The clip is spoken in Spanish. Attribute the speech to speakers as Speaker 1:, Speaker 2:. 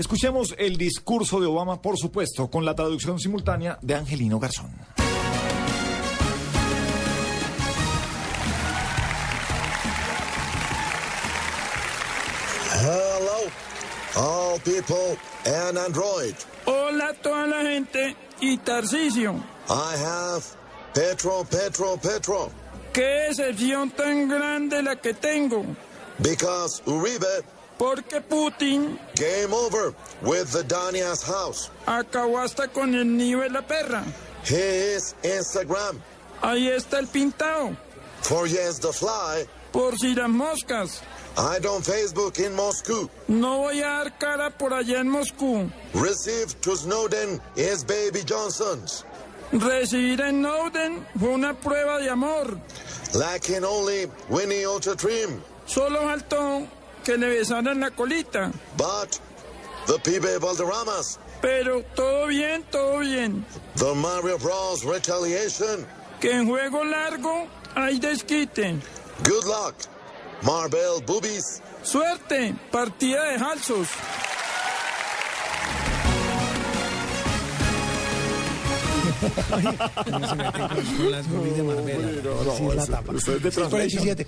Speaker 1: Escuchemos el discurso de Obama, por supuesto, con la traducción simultánea de Angelino Garzón.
Speaker 2: Hello, all people and Android.
Speaker 3: Hola a toda la gente y Tarcisio.
Speaker 2: I have Petro, Petro, Petro.
Speaker 3: Qué decepción tan grande la que tengo.
Speaker 2: Because Uribe,
Speaker 3: Porque Putin
Speaker 2: game over with the Danias house.
Speaker 3: acabó hasta con el nivel la perra.
Speaker 2: He is Instagram.
Speaker 3: Ahí está el pintado.
Speaker 2: For yes, the fly.
Speaker 3: Por si las moscas.
Speaker 2: I don't Facebook in Moscow.
Speaker 3: No voy a dar cara por allá en Moscú.
Speaker 2: Received to Snowden is Baby Johnson's.
Speaker 3: Recibir en Nowden fue una prueba de amor.
Speaker 2: Lacking only Winnie Ultra Trim.
Speaker 3: Solo faltó que le besaran la colita.
Speaker 2: But the Pibe Valderramas,
Speaker 3: Pero todo bien, todo bien.
Speaker 2: the Mario Bros retaliation.
Speaker 3: Que en juego largo hay desquite.
Speaker 2: Good luck. Marbel boobies.
Speaker 3: Suerte, partida de halsos.
Speaker 4: Con las gomis de Marbella. Sí, es la tapa.
Speaker 1: Ustedes de
Speaker 4: 6:47.